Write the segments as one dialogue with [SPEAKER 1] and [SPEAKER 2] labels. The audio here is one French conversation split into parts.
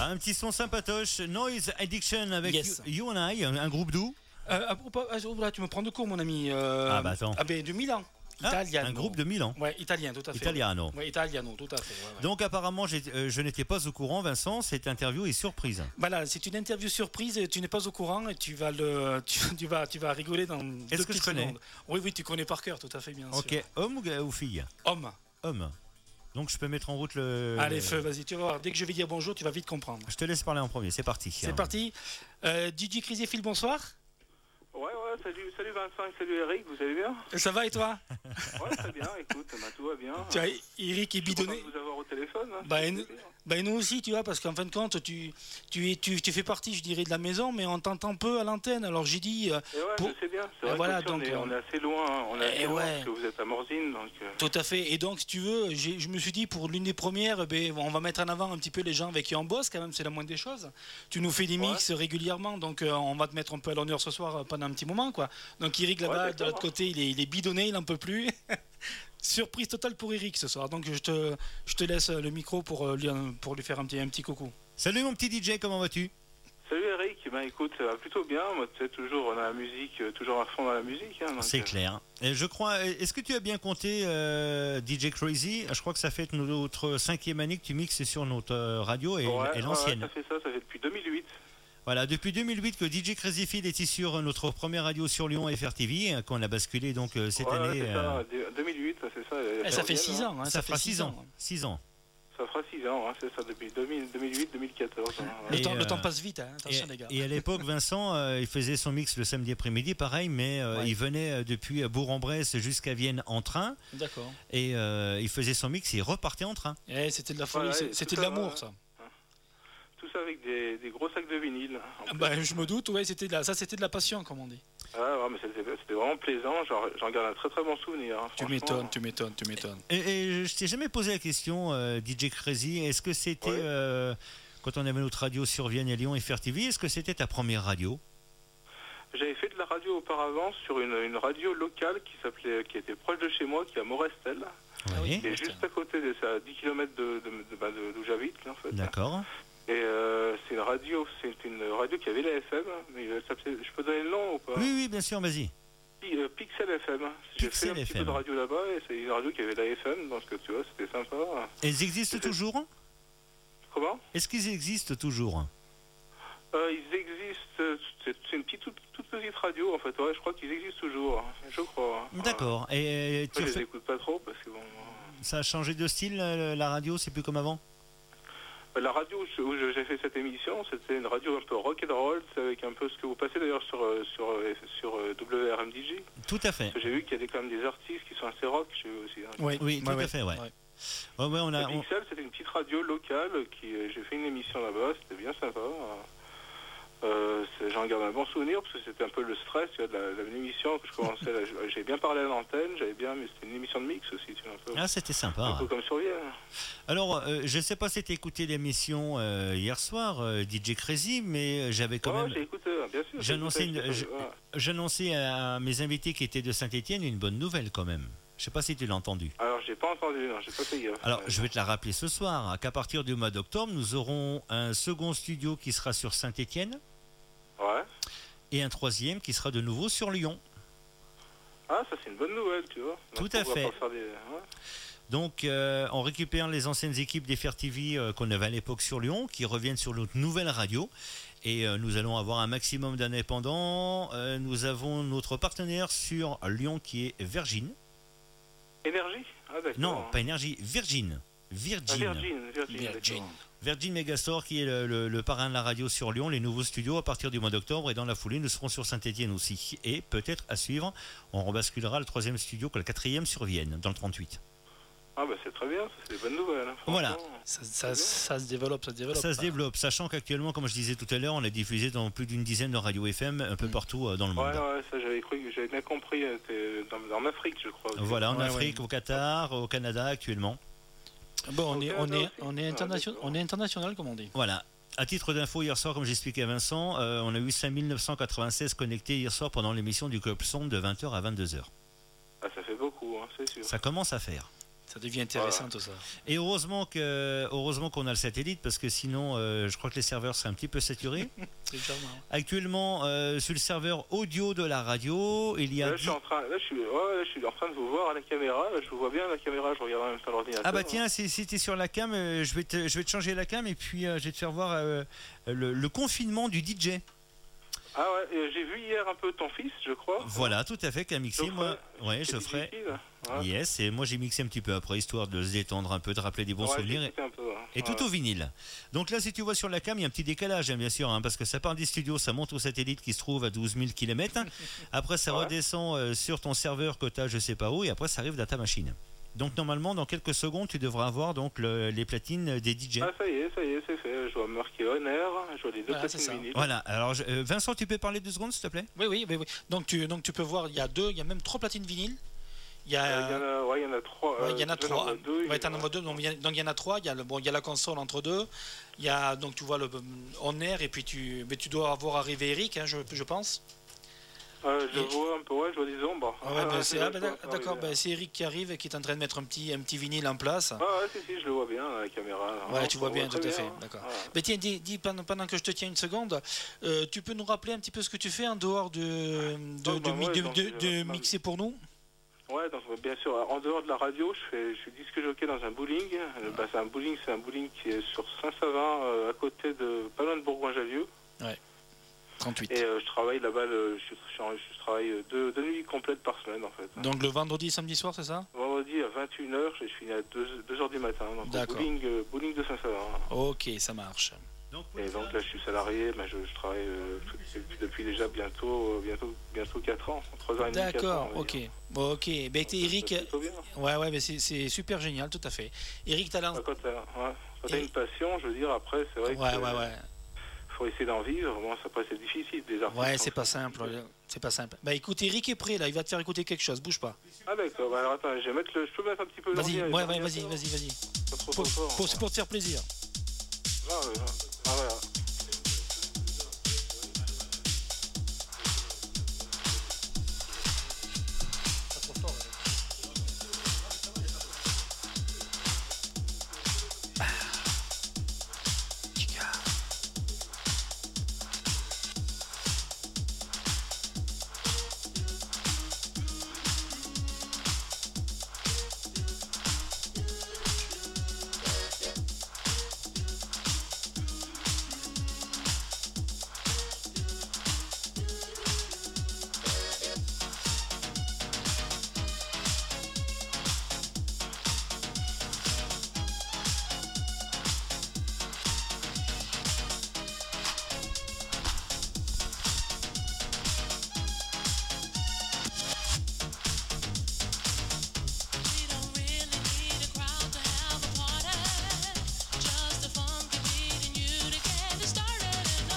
[SPEAKER 1] un petit son sympatoche, Noise Addiction avec
[SPEAKER 2] Yes.
[SPEAKER 1] you, You and I, un, un groupe d'où
[SPEAKER 2] Euh, ah, oh, pas- ah, oh, là, tu me prends de court, mon ami. euh,
[SPEAKER 1] Ah, bah, attends.
[SPEAKER 2] Ah, ben, de Milan.
[SPEAKER 1] Ah,
[SPEAKER 2] Italiano.
[SPEAKER 1] Un groupe de Milan.
[SPEAKER 2] Ouais, italien, tout à fait.
[SPEAKER 1] Italiano.
[SPEAKER 2] Ouais, italiano, tout à fait. ouais, ouais.
[SPEAKER 1] Donc apparemment, j'ai- euh, je n'étais pas au courant, Vincent. Cette interview est surprise.
[SPEAKER 2] Voilà, Bah, c'est une interview surprise, tu n'es pas au courant et tu vas, le, tu, tu vas, tu vas rigoler dans. deux
[SPEAKER 1] Est-ce que je
[SPEAKER 2] petites
[SPEAKER 1] connais
[SPEAKER 2] secondes. Oui, oui, tu connais par cœur, tout à fait, bien sûr.
[SPEAKER 1] ok, homme ou, ga- ou fille
[SPEAKER 2] Homme.
[SPEAKER 1] Homme. Donc je peux mettre en route le.
[SPEAKER 2] Allez, feu, vas-y, tu vas voir. Dès que je vais dire bonjour, tu vas vite comprendre.
[SPEAKER 1] Je te laisse parler en premier. C'est parti.
[SPEAKER 2] C'est parti. Euh, Didi Crisiephile, bonsoir.
[SPEAKER 3] Ouais, ouais, salut, salut Vincent et salut Eric, vous allez bien
[SPEAKER 2] Ça va et toi
[SPEAKER 3] Ouais, très bien, écoute, bah, tout va bien.
[SPEAKER 2] Tu as Eric est
[SPEAKER 3] Je suis content
[SPEAKER 2] bidonné.
[SPEAKER 3] de vous avoir au téléphone. hein,
[SPEAKER 2] Bah,
[SPEAKER 3] c'est
[SPEAKER 2] et
[SPEAKER 3] un
[SPEAKER 2] nous-
[SPEAKER 3] plaisir.
[SPEAKER 2] Ben nous aussi, tu vois, parce qu'en fin de compte, tu, tu, es- tu, tu fais partie, je dirais, de la maison, mais on t'entend peu à l'antenne. Alors j'ai dit, euh,
[SPEAKER 3] Et ouais,
[SPEAKER 2] pour-
[SPEAKER 3] je sais bien,
[SPEAKER 2] Et
[SPEAKER 3] c'est vrai
[SPEAKER 2] voilà,
[SPEAKER 3] qu'aussi, on,
[SPEAKER 2] donc,
[SPEAKER 3] est,
[SPEAKER 2] euh,
[SPEAKER 3] on est assez loin, hein, on
[SPEAKER 2] eh
[SPEAKER 3] est assez loin,
[SPEAKER 2] ouais.
[SPEAKER 3] parce que vous êtes à Morzine, donc... euh,
[SPEAKER 2] tout à fait. Et donc, si tu veux, j'ai- je me suis dit, pour l'une des premières, ben, on va mettre en avant un petit peu les gens avec qui on bosse, quand même, c'est la moindre des choses. Tu nous fais des
[SPEAKER 3] Ouais.
[SPEAKER 2] mix régulièrement, donc euh, on va te mettre un peu à l'honneur ce soir euh, pendant un petit moment, quoi. Donc Eric, là-bas,
[SPEAKER 3] Ouais,
[SPEAKER 2] de l'autre
[SPEAKER 3] d'accord.
[SPEAKER 2] côté, il est, il est bidonné, il n'en peut plus. Surprise totale pour Eric ce soir. Donc je te, je te laisse le micro pour, euh, lui, pour lui faire un petit, un petit coucou.
[SPEAKER 1] Salut mon petit DJ, comment vas-tu
[SPEAKER 3] Salut Eric, ben écoute, ça va plutôt bien, moi tu sais, toujours dans la musique, euh, toujours à fond dans la musique. hein, donc,
[SPEAKER 1] C'est
[SPEAKER 3] euh,
[SPEAKER 1] clair. Et je crois. euh, Est-ce que tu as bien compté euh, DJ Crazy Je crois que ça fait notre cinquième année que tu mixes sur notre euh, radio et,
[SPEAKER 3] ouais,
[SPEAKER 1] et
[SPEAKER 3] ouais,
[SPEAKER 1] l'ancienne.
[SPEAKER 3] ouais, ça fait ça, ça fait depuis 2008.
[SPEAKER 1] Voilà, depuis 2008 que DJ Crazy Field était sur notre première radio sur Lyon FRTV, euh, qu'on a basculé donc euh, cette
[SPEAKER 3] ouais,
[SPEAKER 1] année.
[SPEAKER 3] c'est
[SPEAKER 1] euh,
[SPEAKER 3] ça, dé- 2008, ça fait ça. la
[SPEAKER 2] Eh, ça fait
[SPEAKER 3] quatrième,
[SPEAKER 2] 6
[SPEAKER 3] hein.
[SPEAKER 2] ans. hein,
[SPEAKER 1] ça, fera 6
[SPEAKER 2] six
[SPEAKER 1] ans. 6 ans.
[SPEAKER 3] Ça fera 6 ans, hein, c'est ça, depuis 2000 2008, 2014. hein, ouais.
[SPEAKER 2] Le,
[SPEAKER 1] Et,
[SPEAKER 2] temps, le
[SPEAKER 1] euh,
[SPEAKER 2] temps passe vite, hein, attention
[SPEAKER 1] et,
[SPEAKER 2] les gars.
[SPEAKER 1] et à l'époque, Vincent, euh, il faisait son mix le samedi après-midi, pareil, mais euh,
[SPEAKER 2] Ouais.
[SPEAKER 1] il venait euh, depuis euh, Bourg-en-Bresse jusqu'à Vienne en train,
[SPEAKER 2] D'accord.
[SPEAKER 1] et euh, il faisait son mix et il repartait en train.
[SPEAKER 2] Eh, c'était de la folie,
[SPEAKER 3] Voilà,
[SPEAKER 2] c'est-
[SPEAKER 3] et
[SPEAKER 2] c'était de
[SPEAKER 3] tout ça,
[SPEAKER 2] l'amour,
[SPEAKER 3] ouais.
[SPEAKER 2] ça.
[SPEAKER 3] Tout ça avec des, des gros sacs de vinyle. en plus.
[SPEAKER 2] Bah, je me doute, ouais, c'était de la, ça c'était de la passion, comme on dit.
[SPEAKER 3] Ah ouais, mais c'était c'était vraiment plaisant, j'en j'en garde un très très bon souvenir. hein,
[SPEAKER 2] Tu
[SPEAKER 3] franchement.
[SPEAKER 2] m'étonnes, tu m'étonnes, tu m'étonnes.
[SPEAKER 1] Et, et je t'ai jamais posé la question, euh, DJ Crazy, est-ce que c'était,
[SPEAKER 3] Ouais.
[SPEAKER 1] euh, quand on avait notre radio sur Vienne et Lyon FRTV, est-ce que c'était ta première radio
[SPEAKER 3] J'avais fait de la radio auparavant sur une, une radio locale qui s'appelait, qui était proche de chez moi, qui est à Morestel,
[SPEAKER 2] Ah oui.
[SPEAKER 1] Ouais.
[SPEAKER 3] qui est juste à côté, de, c'est à 10 km de, de, de- bah, de- d'où j'habite là, en fait.
[SPEAKER 1] D'accord.
[SPEAKER 3] Et euh, c'est une radio, c'est une radio qui avait la FM, mais elle s'appelait, je peux donner le nom ou pas
[SPEAKER 1] Oui, oui, bien sûr, vas-y.
[SPEAKER 3] Pi- euh, Pixel FM. J'ai fait
[SPEAKER 1] Pixel
[SPEAKER 3] un petit
[SPEAKER 1] FM.
[SPEAKER 3] peu de radio là-bas et c'est une radio qui avait la FM, donc tu vois, c'était sympa.
[SPEAKER 1] Elles existent toujours
[SPEAKER 3] Comment
[SPEAKER 1] Est-ce qu'ils existent toujours
[SPEAKER 3] Ah. Euh, Ils existent, euh, c'est c'est une petite, toute, toute petite radio en fait, ouais, je crois qu'ils existent toujours, hein, je crois. Ouais.
[SPEAKER 1] D'accord. Et euh, tu
[SPEAKER 3] Moi, je les
[SPEAKER 1] refais-
[SPEAKER 3] écoute pas trop parce que bon.
[SPEAKER 1] ça a changé de style, euh, la radio, c'est plus comme avant
[SPEAKER 3] euh, La radio où je- où je- j'ai fait cette émission, c'était une radio un peu rock and roll, c'est avec un peu ce que vous passez d'ailleurs sur euh, sur euh, sur euh, WRMDJ.
[SPEAKER 1] Tout à fait.
[SPEAKER 3] Parce que J'ai vu qu'il y avait quand même des artistes qui sont assez rock chez eux aussi. hein.
[SPEAKER 2] Ouais,
[SPEAKER 1] Oui, tout
[SPEAKER 2] ouais,
[SPEAKER 1] à fait, ouais.
[SPEAKER 2] ouais.
[SPEAKER 1] Ouais, ouais, on
[SPEAKER 3] Et
[SPEAKER 1] a, on-
[SPEAKER 3] Pixel, c'était une petite radio locale qui euh, j'ai fait une émission là-bas, c'était bien sympa. Euh, c'est- J'en garde un bon souvenir parce que c'était un peu le stress tu vois, de la, de l'émission que je commençais. là, je- J'ai bien parlé à l'antenne, j'avais bien, mais c'était une émission de mix aussi, tu vois, un peu,
[SPEAKER 1] Ah, c'était
[SPEAKER 3] un
[SPEAKER 1] sympa.
[SPEAKER 3] peu comme sur Vienne.
[SPEAKER 1] Alors, euh, je sais pas si t'as écouté l'émission euh, hier soir, euh, DJ Crazy, mais euh, j'avais quand
[SPEAKER 3] Ouais,
[SPEAKER 1] même...
[SPEAKER 3] j'ai écouté, hein, bien sûr. j'ai
[SPEAKER 1] J'annonçais
[SPEAKER 3] écouté,
[SPEAKER 1] une-
[SPEAKER 3] j'ai-
[SPEAKER 1] je-
[SPEAKER 3] ouais.
[SPEAKER 1] J'annonçais à mes invités qui étaient de Saint-Etienne une bonne nouvelle quand même. Je sais pas si tu l'as entendu.
[SPEAKER 3] Alors, j'ai pas entendu, non, j'ai pas fait gaffe.
[SPEAKER 1] Alors,
[SPEAKER 3] Ouais.
[SPEAKER 1] je vais te la rappeler ce soir, hein, qu'à partir du mois d'octobre, nous aurons un second studio qui sera sur Saint-Etienne
[SPEAKER 3] Ouais.
[SPEAKER 1] et un troisième qui sera de nouveau sur Lyon.
[SPEAKER 3] Ah, ça, c'est une bonne nouvelle, tu vois.
[SPEAKER 1] Tout
[SPEAKER 3] Donc,
[SPEAKER 1] à
[SPEAKER 3] on va
[SPEAKER 1] fait.
[SPEAKER 3] pas faire des- hein. ouais.
[SPEAKER 1] Donc, euh, on récupère les anciennes équipes des Fair TV euh, qu'on avait à l'époque sur Lyon, qui reviennent sur notre nouvelle radio. Et euh, nous allons avoir un maximum d'indépendants. Euh, nous avons notre partenaire sur Lyon qui est Virgin.
[SPEAKER 3] Énergie Ah, d'accord.
[SPEAKER 1] Non, pas Énergie, Virgin.
[SPEAKER 3] Ah,
[SPEAKER 1] Virgin. Virgin,
[SPEAKER 3] Virgin, Virgin,
[SPEAKER 2] Bien,
[SPEAKER 3] d'accord.
[SPEAKER 2] Jane.
[SPEAKER 1] Megastore qui est le, le- le parrain de la radio sur Lyon, les nouveaux studios à partir du mois d'octobre. Et dans la foulée, nous serons sur Saint-Etienne aussi. Et peut-être à suivre, on rebasculera le troisième studio que le quatrième sur Vienne, dans le 38.
[SPEAKER 3] Ah, bah, c'est très bien, ça, c'est des bonnes nouvelles. hein,
[SPEAKER 1] Voilà.
[SPEAKER 3] franchement.
[SPEAKER 2] Ça, ça- ça se développe, ça se développe.
[SPEAKER 1] Ça se développe, sachant qu'actuellement, comme je disais tout à l'heure, on est diffusé dans plus d'une dizaine de radios FM un peu
[SPEAKER 2] Mm.
[SPEAKER 1] partout euh, dans le
[SPEAKER 3] Ouais,
[SPEAKER 1] monde.
[SPEAKER 3] ouais, ça j'avais cru, que- j'avais bien compris, euh, t'es dans, en Afrique, je crois.
[SPEAKER 1] Voilà, en
[SPEAKER 2] Ouais,
[SPEAKER 1] Afrique,
[SPEAKER 2] ouais.
[SPEAKER 1] au Qatar, au Canada actuellement.
[SPEAKER 2] Bon, on est, on est, on est,
[SPEAKER 3] Ah,
[SPEAKER 2] internation-
[SPEAKER 3] d'accord.
[SPEAKER 2] on est international, comme on dit.
[SPEAKER 1] Voilà. À titre d'info, hier soir, comme j'expliquais à Vincent, euh, on a eu 5996 connectés hier soir pendant l'émission du Club Sonde de 20h à 22h.
[SPEAKER 3] Ah, ça fait beaucoup, hein, c'est sûr.
[SPEAKER 1] Ça commence à faire.
[SPEAKER 2] Ça devient intéressant tout ça.
[SPEAKER 1] Et heureusement que heureusement qu'on a le satellite parce que sinon euh, je crois que les serveurs seraient un petit peu saturés.
[SPEAKER 2] C'est hein. charmant.
[SPEAKER 1] Actuellement euh, sur le serveur audio de la radio, il y a
[SPEAKER 2] Euh,
[SPEAKER 3] Là, je suis en train, là, je suis, ouais, là, je suis en train de vous voir à la caméra. Là, je vous vois bien à la caméra. Je regarde en même temps l'ordinateur.
[SPEAKER 1] Ah bah tiens, si, si t'es sur la cam, euh, je vais te, je vais te changer la cam et puis euh, je vais te faire voir euh, le, le confinement du DJ.
[SPEAKER 3] Ah ouais, euh, j'ai vu hier un peu ton fils, je crois.
[SPEAKER 1] Voilà, tout à fait, qu'à mixer,
[SPEAKER 3] Geoffrey.
[SPEAKER 1] moi. Ouais,
[SPEAKER 3] C'est
[SPEAKER 1] je ferai.
[SPEAKER 3] difficile, hein.
[SPEAKER 1] Yes, et moi j'ai mixé un petit peu après, histoire de se détendre un peu, de rappeler des bons
[SPEAKER 3] Ouais,
[SPEAKER 1] souvenirs.
[SPEAKER 3] j'ai
[SPEAKER 1] Et...
[SPEAKER 3] écouté un peu, hein.
[SPEAKER 1] et tout au vinyle. Donc là, si tu vois sur la cam, il y a un petit décalage, hein, bien sûr, hein, parce que ça part des studios, ça monte au satellite qui se trouve à 12 000 km. hein. Après, ça
[SPEAKER 3] Ouais.
[SPEAKER 1] redescend euh, sur ton serveur que tu as, je sais pas où, et après, ça arrive dans ta machine. Donc normalement, dans quelques secondes, tu devras avoir donc le- les platines des DJ.
[SPEAKER 3] Ah ça y est, ça y est, c'est fait. Je vois marqué Honor, je vois les deux
[SPEAKER 2] Ah,
[SPEAKER 3] platines
[SPEAKER 2] c'est ça.
[SPEAKER 3] vinyles.
[SPEAKER 1] Voilà, alors je- euh, Vincent, tu peux parler deux secondes, s'il te plaît
[SPEAKER 2] Oui, oui, oui, oui. Donc tu, donc tu peux voir, il y a deux, il y a même trois platines vinyles. Il y
[SPEAKER 3] Euh, Il y
[SPEAKER 2] a,
[SPEAKER 3] en a, ouais, il y en a trois.
[SPEAKER 2] ouais,
[SPEAKER 3] euh,
[SPEAKER 2] il y en a
[SPEAKER 3] je vais
[SPEAKER 2] trois.
[SPEAKER 3] en deux, il y
[SPEAKER 2] Ouais,
[SPEAKER 3] en
[SPEAKER 2] t'en
[SPEAKER 3] a-
[SPEAKER 2] envoies deux, donc il y a- donc il y en a trois. Il y a le, bon, il y a la console entre deux. Il y a donc tu vois le on air et puis tu, mais tu dois avoir arrivé Eric, hein, je, je pense.
[SPEAKER 3] Euh, je
[SPEAKER 2] Et-
[SPEAKER 3] vois un peu, ouais, je vois des ombres.
[SPEAKER 2] Ah ouais, bah, c'est-
[SPEAKER 3] je
[SPEAKER 2] ah,
[SPEAKER 3] vois
[SPEAKER 2] bah,
[SPEAKER 3] pas,
[SPEAKER 2] d'accord,
[SPEAKER 3] oui.
[SPEAKER 2] bah, c'est Eric qui arrive et qui est en train de mettre un petit, un petit vinyle en place.
[SPEAKER 3] Ah ouais, si, si, je le vois bien à la caméra. là.
[SPEAKER 2] Ouais,
[SPEAKER 3] Ah,
[SPEAKER 2] tu
[SPEAKER 3] on
[SPEAKER 2] vois
[SPEAKER 3] le
[SPEAKER 2] bien,
[SPEAKER 3] très
[SPEAKER 2] tout à fait,
[SPEAKER 3] hein.
[SPEAKER 2] d'accord.
[SPEAKER 3] Ouais.
[SPEAKER 2] Mais tiens, dis, dis, pendant, pendant que je te tiens une seconde, euh, tu peux nous rappeler un petit peu ce que tu fais en dehors de, de,
[SPEAKER 3] Oh, bah
[SPEAKER 2] de mi-
[SPEAKER 3] ouais,
[SPEAKER 2] de-
[SPEAKER 3] donc,
[SPEAKER 2] de-
[SPEAKER 3] euh,
[SPEAKER 2] de
[SPEAKER 3] bah,
[SPEAKER 2] mixer pour nous
[SPEAKER 3] Ouais, donc euh, bien sûr, en dehors de la radio, je, fais, je suis disque jockey dans un bowling. Euh, Bah, c'est un bowling, c'est un bowling qui est sur Saint-Savin, euh, à côté de, pas loin de Bourgoin-Jallieu.
[SPEAKER 2] 38.
[SPEAKER 3] Et euh, je travaille là-bas, le- je, je- je travaille euh, deux, deux nuits complètes par semaine en fait.
[SPEAKER 2] Donc le vendredi et samedi soir, c'est ça
[SPEAKER 3] Vendredi à 21h, je finis à 2, 2h du matin, donc au
[SPEAKER 2] D'accord.
[SPEAKER 3] bowling, euh, bowling de Saint-Savin.
[SPEAKER 2] Ok, ça marche.
[SPEAKER 1] Donc, pour
[SPEAKER 3] Et
[SPEAKER 1] le
[SPEAKER 3] donc là, je suis salarié, mais je, je travaille euh, depuis, depuis déjà bientôt, euh, bientôt, bientôt 4 ans, 3 ans et demi. quatre ans,
[SPEAKER 2] D'accord,
[SPEAKER 3] on va
[SPEAKER 2] ok.
[SPEAKER 3] dire.
[SPEAKER 2] Bon, ok. Ben, t'es
[SPEAKER 3] Donc,
[SPEAKER 2] Eric, euh,
[SPEAKER 3] c'est plutôt bien.
[SPEAKER 2] ouais, ouais, mais c'est- c'est super génial, tout à fait. Eric, t'as lancé.
[SPEAKER 3] Quand t'as ouais, quand t'as
[SPEAKER 2] Et-
[SPEAKER 3] une passion, je veux dire, après, c'est vrai
[SPEAKER 2] Ouais, ouais,
[SPEAKER 3] que
[SPEAKER 2] ouais.
[SPEAKER 3] faut essayer d'en vivre. Bon, ça, après, c'est difficile, des artistes.
[SPEAKER 2] Ouais,
[SPEAKER 3] sont-
[SPEAKER 2] c'est pas simple. C'est pas simple. Bah écoute, Eric est prêt là, il va te faire écouter quelque chose, bouge pas.
[SPEAKER 3] Ah, d'accord. Bah, alors, attends, je, vais mettre le... je peux mettre un petit peu
[SPEAKER 2] Vas-y,
[SPEAKER 3] l'ordi,
[SPEAKER 2] ouais,
[SPEAKER 3] avec
[SPEAKER 2] ouais,
[SPEAKER 3] l'ordinateur,
[SPEAKER 2] vas-y, vas-y, vas-y.
[SPEAKER 3] pas trop, trop
[SPEAKER 2] Pour,
[SPEAKER 3] fort.
[SPEAKER 2] pour- c'est pour te faire plaisir.
[SPEAKER 3] hein. Ah, ouais, ouais. Ah, voilà.
[SPEAKER 4] We don't really need a crowd to have a party, just a funky beat and you to get it started. Oh,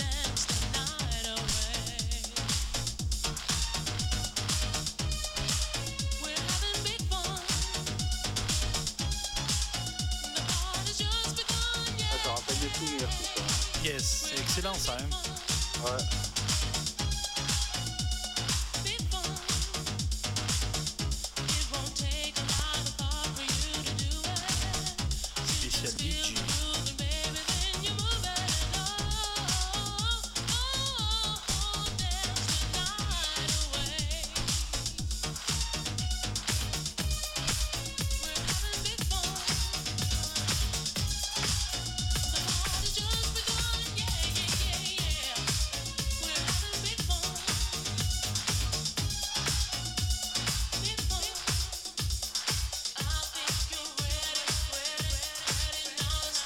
[SPEAKER 4] dance the night away. We're having big fun. The party's just begun,
[SPEAKER 3] Ah, ça rappelle des souvenirs, tout ça.
[SPEAKER 2] Yes, c'est excellent ça. Hein.
[SPEAKER 3] Ouais.
[SPEAKER 4] big fun. It won't take a lot of thought for you to do it.
[SPEAKER 2] Spécial DJ.
[SPEAKER 4] I think you're ready, ready, ready now. It's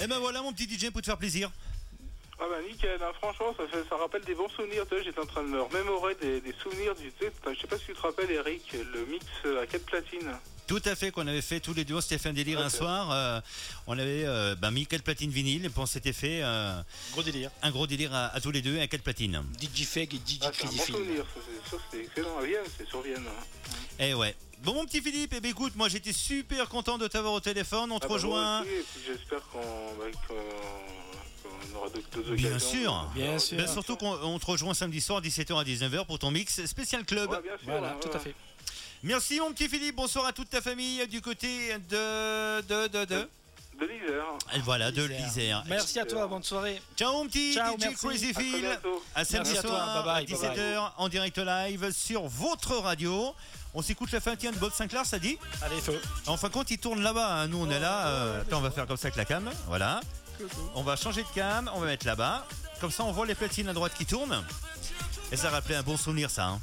[SPEAKER 1] Et ben voilà, mon petit DJ, pour te faire plaisir.
[SPEAKER 3] Ah bah nickel, hein, franchement ça, fait, ça rappelle des bons souvenirs, tu vois, j'étais en train de me remémorer des, des souvenirs du... tu sais, Je sais pas si tu te rappelles Eric, le mix à 4 platines.
[SPEAKER 1] Tout à fait, qu'on avait fait tous les deux, on s'était fait un délire
[SPEAKER 3] Tout à
[SPEAKER 1] un
[SPEAKER 3] fait.
[SPEAKER 1] soir. euh, on avait euh, ben, mis quatre platines vinyle et puis on s'était fait euh,
[SPEAKER 2] Gros délire.
[SPEAKER 1] un gros délire à, à tous les deux, un quatre platines.
[SPEAKER 2] DJ Feg et DJ
[SPEAKER 3] Ah, c'est un bon
[SPEAKER 2] Clédifil.
[SPEAKER 3] souvenir, ça, c'est sûr, c'était excellent. À Vienne, c'est sur Vienne. hein.
[SPEAKER 1] Et Eh ouais. Bon, mon petit Philippe, eh ben, écoute, moi j'étais super content de t'avoir au téléphone. On te
[SPEAKER 3] Ah bah,
[SPEAKER 1] rejoint.
[SPEAKER 3] moi aussi, et puis J'espère qu'on bah, qu'on- qu'on aura d'autres d'autres
[SPEAKER 1] Bien
[SPEAKER 3] occasions.
[SPEAKER 1] sûr.
[SPEAKER 2] Bien sûr.
[SPEAKER 1] Ben, surtout qu'on on te rejoint samedi soir 17h à 19h pour ton mix spécial club.
[SPEAKER 3] Ouais, bien sûr,
[SPEAKER 2] Voilà,
[SPEAKER 3] ouais,
[SPEAKER 2] tout à
[SPEAKER 3] hein, ouais.
[SPEAKER 2] fait.
[SPEAKER 1] Merci mon petit Philippe, bonsoir à toute ta famille du côté de de de, de-
[SPEAKER 3] De l'hiver.
[SPEAKER 1] Et voilà de l'Isère.
[SPEAKER 2] Merci à toi, bonne soirée.
[SPEAKER 1] Ciao mon petit
[SPEAKER 2] Ciao,
[SPEAKER 1] DJ
[SPEAKER 2] merci.
[SPEAKER 1] Crazy
[SPEAKER 3] À très
[SPEAKER 1] Phil.
[SPEAKER 3] bientôt.
[SPEAKER 1] À samedi
[SPEAKER 2] Merci à toi,
[SPEAKER 1] soir
[SPEAKER 2] bye bye,
[SPEAKER 1] à 17h en direct live sur votre radio. On s'écoute la fin tiens, de Bob Sinclair, ça dit
[SPEAKER 2] Allez, feu.
[SPEAKER 1] En fin de compte, il tourne là-bas. hein. Nous, on est là. euh, attends, on va faire comme ça avec la cam. Voilà. On va changer de cam. On va mettre là-bas. Comme ça, on voit les platines à droite qui tournent. Et ça rappelait un bon souvenir, ça. hein.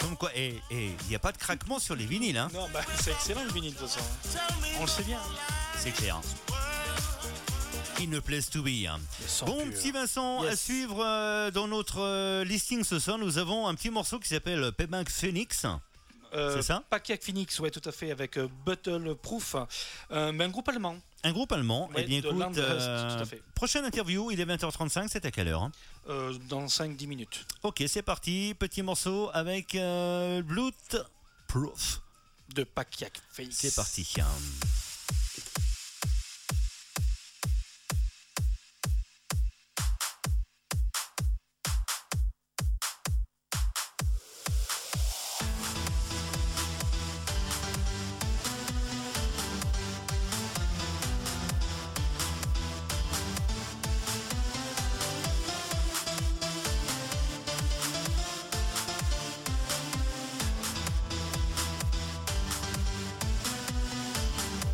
[SPEAKER 1] Comme quoi, et et il n'y a pas de craquement sur les vinyles, hein.
[SPEAKER 2] Non, bah, c'est excellent le vinyle de toute façon. hein. On le sait bien.
[SPEAKER 1] c'est clair. Il ne plaise to be. hein. Bon, petit Vincent,
[SPEAKER 2] Yes.
[SPEAKER 1] à suivre euh, dans notre euh, listing ce soir, nous avons un petit morceau qui s'appelle Payback Phoenix.
[SPEAKER 2] Euh,
[SPEAKER 1] C'est ça
[SPEAKER 2] Pakiak Phoenix, ouais, tout à fait, avec euh, Bottle Proof, euh, mais un groupe allemand.
[SPEAKER 1] Un groupe allemand. eh
[SPEAKER 2] Ouais,
[SPEAKER 1] bien,
[SPEAKER 2] de
[SPEAKER 1] écoute,
[SPEAKER 2] Landrust, tout à fait.
[SPEAKER 1] prochaine interview, il est 20h35, c'est à quelle heure hein
[SPEAKER 2] euh, dans 5-10 minutes.
[SPEAKER 1] Ok, c'est parti. Petit morceau avec euh, Blood Proof.
[SPEAKER 2] De Pakiak Phoenix.
[SPEAKER 1] C'est parti.
[SPEAKER 4] Thank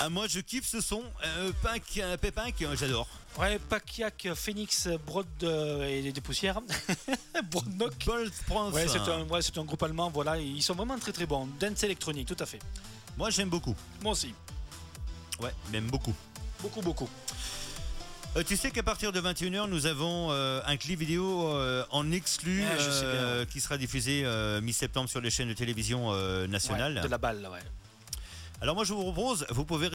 [SPEAKER 1] Ah, moi, je kiffe ce son. Euh, Pink, euh, Pépinck, euh, j'adore.
[SPEAKER 2] Ouais, Pakiak, Phoenix, Brod euh, et des poussières. Brodnock.
[SPEAKER 1] Bolt Prof.
[SPEAKER 2] Ouais, c'est un, ouais, c'est un groupe allemand, voilà, ils sont vraiment très très bons. Dance électronique, tout à fait.
[SPEAKER 1] Moi, j'aime beaucoup.
[SPEAKER 2] Moi aussi,
[SPEAKER 1] Ouais, j'aime beaucoup.
[SPEAKER 2] beaucoup, beaucoup.
[SPEAKER 1] Euh, tu sais qu'à partir de 21h, nous avons euh, un clip vidéo euh, en exclu
[SPEAKER 2] Ouais, Ah, je sais bien,
[SPEAKER 1] euh, qui sera diffusé euh, mi-septembre sur les chaînes de télévision euh,
[SPEAKER 2] Ouais,
[SPEAKER 1] nationales.
[SPEAKER 2] de la balle, ouais.
[SPEAKER 1] Alors moi je vous propose, vous pouvez